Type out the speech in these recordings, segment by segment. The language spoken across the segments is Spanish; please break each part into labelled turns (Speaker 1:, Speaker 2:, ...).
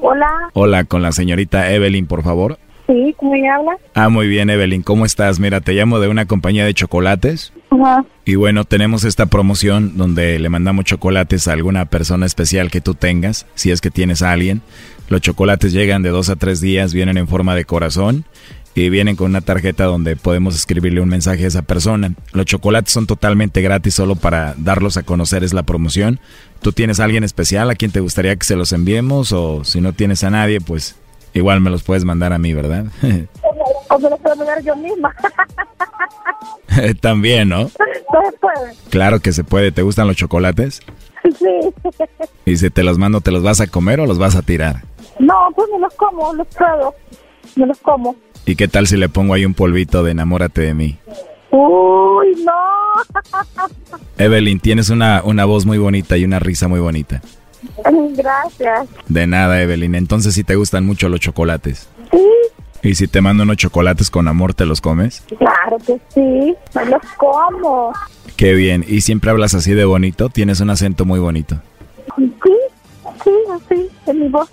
Speaker 1: Hola,
Speaker 2: Hola, con la señorita Evelyn, por favor.
Speaker 1: sí, ¿cómo me habla?
Speaker 2: Ah, muy bien, Evelyn, ¿cómo estás? Mira, te llamo de una compañía de chocolates.
Speaker 1: Ajá.
Speaker 2: Y bueno, tenemos esta promoción donde le mandamos chocolates a alguna persona especial que tú tengas, si es que tienes a alguien. Los chocolates llegan de dos a tres días, vienen en forma de corazón y vienen con una tarjeta donde podemos escribirle un mensaje a esa persona. Los chocolates son totalmente gratis solo para darlos a conocer, es la promoción. ¿Tú tienes a alguien especial a quien te gustaría que se los enviemos o si no tienes a nadie, pues igual me los puedes mandar a mí, ¿verdad?
Speaker 1: O me lo puedo mandar yo misma.
Speaker 2: También, ¿no?
Speaker 1: Entonces puede.
Speaker 2: Claro que se puede, ¿te gustan los chocolates?
Speaker 1: Sí.
Speaker 2: Y si te los mando, ¿te los vas a comer o los vas a tirar?
Speaker 1: No, pues me los como, los pruebo. Me los como.
Speaker 2: ¿Y qué tal si le pongo ahí un polvito de enamórate de mí?
Speaker 1: Uy, no.
Speaker 2: Evelyn, tienes una, una voz muy bonita y una risa muy bonita.
Speaker 1: Gracias.
Speaker 2: De nada, Evelyn. Entonces sí te gustan mucho los chocolates.
Speaker 1: Sí,
Speaker 2: ¿Y si te mando unos chocolates con amor, te los comes?
Speaker 1: claro que sí. Me los como.
Speaker 2: Qué bien. ¿Y siempre hablas así de bonito? Tienes un acento muy bonito.
Speaker 1: Sí, sí, así, en mi voz.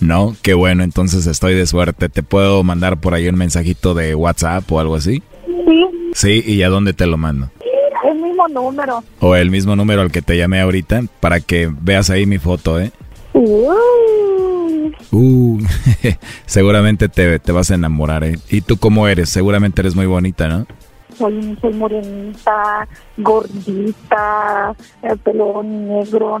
Speaker 2: No, qué bueno, entonces estoy de suerte. ¿Te puedo mandar por ahí un mensajito de WhatsApp o algo así?
Speaker 1: Sí,
Speaker 2: Sí, ¿y a dónde te lo mando?
Speaker 1: el mismo número.
Speaker 2: O el mismo número al que te llamé ahorita para que veas ahí mi foto, ¿eh?
Speaker 1: Uy.
Speaker 2: Uh, seguramente te, te vas a enamorar, ¿eh? ¿Y tú cómo eres? Seguramente eres muy bonita, ¿no?
Speaker 1: soy, soy morenita, gordita, el pelo negro.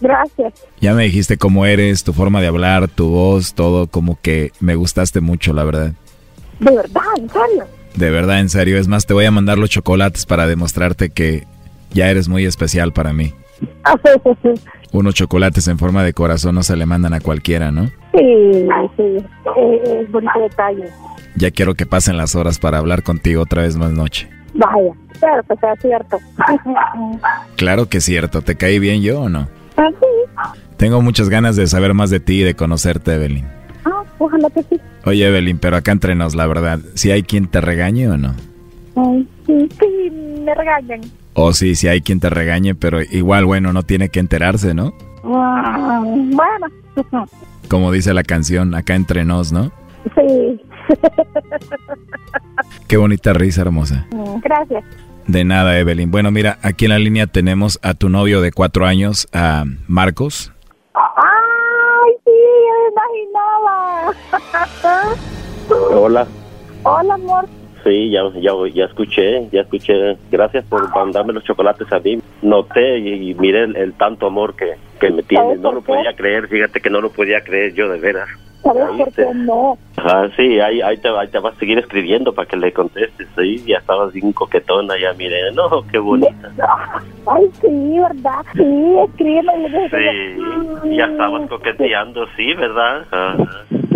Speaker 1: Gracias.
Speaker 2: Ya me dijiste cómo eres, tu forma de hablar, tu voz, todo, como que me gustaste mucho, la verdad.
Speaker 1: De verdad, en serio.
Speaker 2: De verdad, en serio. Es más, te voy a mandar los chocolates para demostrarte que ya eres muy especial para mí.
Speaker 1: Ah, sí, sí, sí.
Speaker 2: Unos chocolates en forma de corazón no se le mandan a cualquiera, ¿no?
Speaker 1: Sí, sí. Es, es bonito detalle.
Speaker 2: Ya quiero que pasen las horas para hablar contigo otra vez más noche.
Speaker 1: Vaya. Claro que sea cierto. Ah,
Speaker 2: Claro que es cierto, ¿te caí bien yo o no?
Speaker 1: sí.
Speaker 2: Tengo muchas ganas de saber más de ti y de conocerte, Evelyn.
Speaker 1: Ah, ok. ojalá que sí.
Speaker 2: Oye, Evelyn, pero acá entrenos, la verdad. ¿Si hay quien te regañe o no?
Speaker 1: Ay, sí, sí, me regañan.
Speaker 2: O sí, si hay quien te regañe, pero igual, bueno, no tiene que enterarse, ¿no?
Speaker 1: Ah, Bueno,
Speaker 2: Como dice la canción, acá entrenos, ¿no?
Speaker 1: sí,
Speaker 2: Qué bonita risa, hermosa.
Speaker 1: gracias.
Speaker 2: De nada, Evelyn. Bueno, mira, aquí en la línea tenemos a tu novio de cuatro años, a Marcos.
Speaker 1: Ay, sí, yo me imaginaba.
Speaker 3: Hola.
Speaker 1: Hola, amor.
Speaker 3: Sí, ya, ya, ya escuché, ya escuché. Gracias por mandarme los chocolates a mí. Noté y, y miré el, el tanto amor que, que me tienes.
Speaker 1: ¿Sabes
Speaker 3: No
Speaker 1: por
Speaker 3: lo
Speaker 1: qué?
Speaker 3: podía creer, fíjate que no lo podía creer yo de veras.
Speaker 1: ¿Sabes
Speaker 3: Ahí
Speaker 1: por
Speaker 3: te-
Speaker 1: qué no?
Speaker 3: Ajá, sí, ahí, ahí, te, ahí te vas a seguir escribiendo para que le contestes. Sí, ya estabas bien coquetona, ya miré. No, qué bonita.
Speaker 1: Ay, sí, ¿verdad? Sí, escríbeme. y le "Mm, dije que yo-
Speaker 3: Sí, ya estabas coqueteando, sí, ¿verdad? Ajá.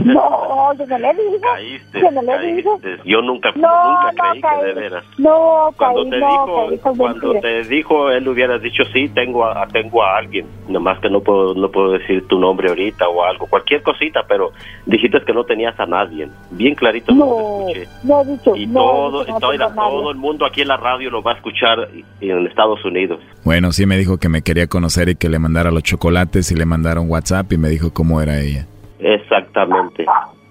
Speaker 1: No, yo no le dije.
Speaker 3: Caíste,
Speaker 1: yo no le dije.
Speaker 3: caíste. Yo nunca,
Speaker 1: No,
Speaker 3: nunca
Speaker 1: no,
Speaker 3: creí
Speaker 1: caí.
Speaker 3: que de veras.
Speaker 1: No,
Speaker 3: cuando
Speaker 1: caí,
Speaker 3: te
Speaker 1: no,
Speaker 3: dijo
Speaker 1: caí, son
Speaker 3: cuando
Speaker 1: mentiras.
Speaker 3: te dijo él hubiera dicho sí tengo a tengo a alguien nomás que no puedo no puedo decir tu nombre ahorita o algo cualquier cosita pero dijiste que no tenías a nadie bien clarito lo
Speaker 1: No,
Speaker 3: escuché
Speaker 1: no he dicho.
Speaker 3: y
Speaker 1: no,
Speaker 3: todo,
Speaker 1: he dicho que no
Speaker 3: todo,
Speaker 1: tengo nadie.
Speaker 3: todo el mundo aquí en la radio lo va a escuchar en Estados Unidos
Speaker 2: Bueno, sí me dijo que me quería conocer y que le mandara los chocolates y le mandaron WhatsApp y me dijo cómo era ella.
Speaker 3: exactamente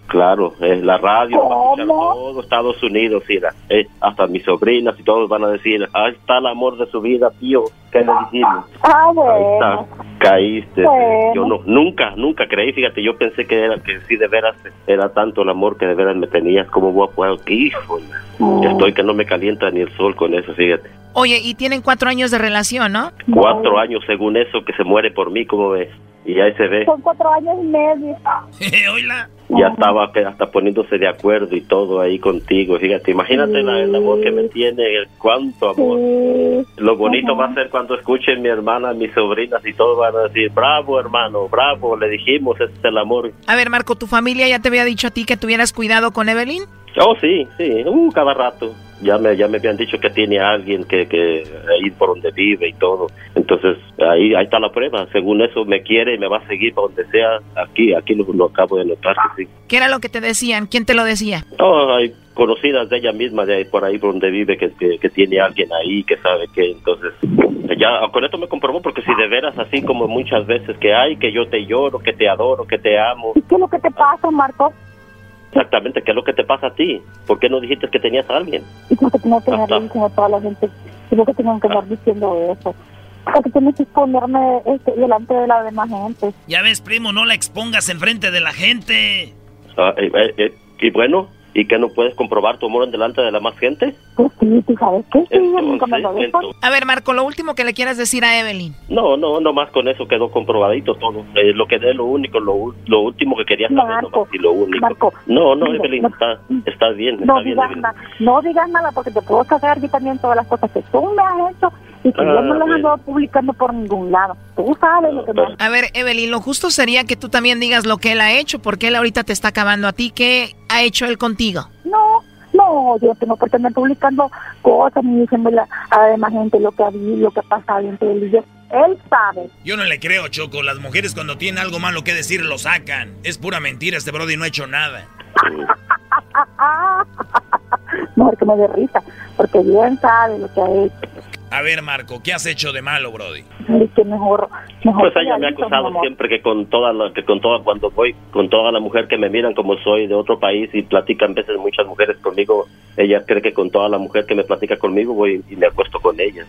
Speaker 3: claro es la radio lo va a escuchar
Speaker 1: ¿Cómo?
Speaker 3: todo Estados Unidos mira Eh, hasta mis sobrinas y todos van a decir ahí está el amor de su vida tío qué le dijimos
Speaker 1: Ah,
Speaker 3: Ahí
Speaker 1: bueno.
Speaker 3: está. Caíste.
Speaker 1: Bueno.
Speaker 3: Yo no, nunca, nunca creí. Fíjate, yo pensé que era que sí de veras era tanto el amor que de veras me tenías. ¿Cómo voy a poder? Híjole.
Speaker 1: Mm,
Speaker 3: Estoy que no me calienta ni el sol con eso, fíjate.
Speaker 4: Oye, y tienen cuatro años de relación, ¿no?
Speaker 3: Cuatro años según eso que se muere por mí, ¿cómo ves? Y ahí se ve.
Speaker 1: Son cuatro años y medio.
Speaker 5: Oíla.
Speaker 3: Ya estaba que- hasta poniéndose de acuerdo y todo ahí contigo. Fíjate, imagínate la- el amor que me tiene, el cuánto amor.
Speaker 1: Sí.
Speaker 3: Lo bonito va a ser cuando escuchen mi hermana, mis sobrinas y todos van a decir, bravo hermano, bravo, le dijimos, este es el amor
Speaker 4: A ver, Marco, ¿tu familia ya te había dicho a ti que tuvieras cuidado con Evelyn?
Speaker 3: Oh, sí, sí, uh, cada rato. Ya me, ya me habían dicho que tiene a alguien que, que ahí por donde vive y todo. Entonces, ahí, ahí está la prueba. Según eso, me quiere y me va a seguir para donde sea. Aquí, aquí lo, lo acabo de notar que sí.
Speaker 4: ¿Qué era lo que te decían? ¿Quién te lo decía?
Speaker 3: Oh, hay conocidas de ella misma, de ahí, por ahí por donde vive, que, que, que tiene alguien ahí, que sabe que. Entonces, ya con esto me comprobó, porque si de veras, así como muchas veces que hay, que yo te lloro, que te adoro, que te amo.
Speaker 1: ¿Y qué es lo que te pasa, Marco?
Speaker 3: Exactamente, ¿qué es lo que te pasa a ti? ¿Por qué no dijiste que tenías a alguien?
Speaker 1: Y como que tengo que andar
Speaker 3: Ajá.
Speaker 1: diciendo a toda la gente. Y lo que tengo que andar diciendo eso. Porque tienes que exponerme este, delante de la demás gente.
Speaker 5: Ya ves, primo, no la expongas enfrente de la gente.
Speaker 3: Ah, eh, eh, eh, y bueno, ¿y que no puedes comprobar tu amor en delante de la más gente?
Speaker 1: Pues sí, tú sabes qué, sí, yo nunca me lo
Speaker 3: Entonces,
Speaker 1: dijo.
Speaker 3: ento-
Speaker 4: A ver, Marco, lo último que le quieras decir a Evelyn.
Speaker 3: no, no, no más con eso quedó comprobadito todo. Eh, lo que es lo único, lo, u- lo último que quería saber,
Speaker 1: Marco,
Speaker 3: nomás, y lo único.
Speaker 1: Marco,
Speaker 3: no, no,
Speaker 1: mira,
Speaker 3: Evelyn,
Speaker 1: no-
Speaker 3: está, está bien,
Speaker 1: No
Speaker 3: está bien,
Speaker 1: digas
Speaker 3: Evelyn.
Speaker 1: nada, no digas nada porque te puedo sacar yo también todas las cosas que tú me has hecho y que yo
Speaker 3: Ah,
Speaker 1: no las
Speaker 3: bueno.
Speaker 1: ando publicando por ningún lado. Tú sabes lo que me
Speaker 3: Ah,
Speaker 1: has
Speaker 4: A ver, Evelyn, lo justo sería que tú también digas lo que él ha hecho, porque él ahorita te está acabando a ti. ¿Qué ha hecho él contigo?
Speaker 1: No, no, yo no tengo por qué andar publicando cosas ni diciéndole a la demás gente lo que había, lo que pasaba entre él y yo. Él sabe.
Speaker 5: Yo no le creo, Choco. Las mujeres cuando tienen algo malo que decir lo sacan. Es pura mentira, este Brody no ha hecho nada.
Speaker 1: Mejor que me dé risa, porque bien sabe lo que ha hecho.
Speaker 5: A ver, Marco, ¿qué has hecho de malo, Brody?
Speaker 1: Ay, que mejor, mejor.
Speaker 3: Pues
Speaker 1: que
Speaker 3: ella me ha
Speaker 1: avisa, mi
Speaker 3: acusado
Speaker 1: amor.
Speaker 3: siempre que con toda la, que con toda cuando voy, con toda la mujer que me miran como soy de otro país y platican veces muchas mujeres conmigo, ella cree que con toda la mujer que me platica conmigo voy y me acuesto con ellas.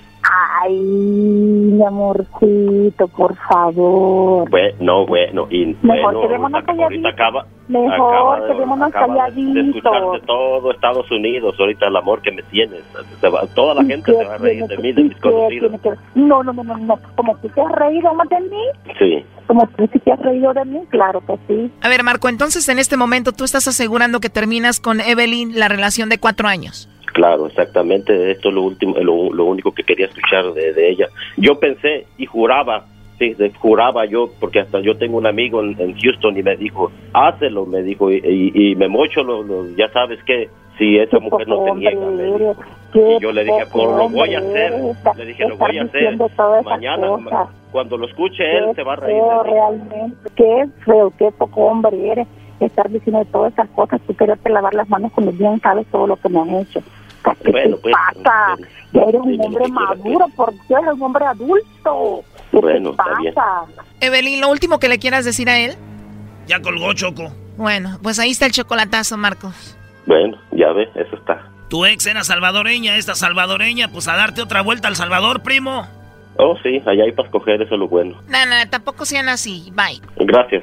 Speaker 1: Ay, mi amorcito, por favor.
Speaker 3: Bueno, bueno, y
Speaker 1: Mejor
Speaker 3: bueno,
Speaker 1: quedémonos
Speaker 3: ahorita-
Speaker 1: calladitos.
Speaker 3: ahorita acaba, acaba
Speaker 1: Mejor
Speaker 3: de-
Speaker 1: quedémonos
Speaker 3: acaba de- De escuchar
Speaker 1: calladitos.
Speaker 3: de todo Estados Unidos, ahorita el amor que me tienes. Se va- toda la gente
Speaker 1: ¿Qué
Speaker 3: se va a reír
Speaker 1: tiene
Speaker 3: de
Speaker 1: que-
Speaker 3: mí, de
Speaker 1: y
Speaker 3: mis
Speaker 1: qué
Speaker 3: conocidos.
Speaker 1: tiene que- No, no, no, no, no. Como tú te has reído más de mí,
Speaker 3: Sí.
Speaker 1: como tú sí te has reído de mí, claro que sí.
Speaker 4: A ver, Marco, entonces en este momento tú estás asegurando que terminas con Evelyn la relación de cuatro años.
Speaker 3: Claro, exactamente. Esto es lo último, lo, lo único que quería escuchar de, de ella. Yo pensé y juraba, sí, de- juraba yo, porque hasta yo tengo un amigo en, en Houston y me dijo, hácelo, me dijo, y, y- y me mocho, lo, lo- ya sabes que si esa mujer no te niega, me dijo. Y yo le dije, pues lo voy a hacer. Le dije, lo voy a hacer. Mañana, ma- cuando lo escuche, él se va a reír.
Speaker 1: Feo,
Speaker 3: de mí.
Speaker 1: realmente. Qué feo, qué poco hombre eres. estar diciendo todas esas cosas, tú quererte lavar las manos cuando bien sabes todo lo que me has hecho. ¿Qué
Speaker 3: Bueno,
Speaker 1: te
Speaker 3: pues,
Speaker 1: pasa?
Speaker 3: bueno.
Speaker 1: Ya eres un
Speaker 3: Dime lo
Speaker 1: hombre
Speaker 3: que quieras, pues.
Speaker 1: maduro, por Dios, eres un hombre adulto. ¿Qué
Speaker 3: Bueno,
Speaker 1: te
Speaker 3: está bien.
Speaker 1: pasa?
Speaker 4: Evelyn, lo último que le quieras decir a él.
Speaker 5: Ya colgó Choco.
Speaker 4: Bueno, pues ahí está el chocolatazo, Marcos.
Speaker 3: Bueno, ya ves, eso está.
Speaker 5: Tu ex era salvadoreña, esta salvadoreña, pues a darte otra vuelta al Salvador, primo.
Speaker 3: Oh, sí, allá hay para escoger, eso es lo bueno.
Speaker 4: Nada, nada, tampoco sean así. Bye.
Speaker 3: Gracias.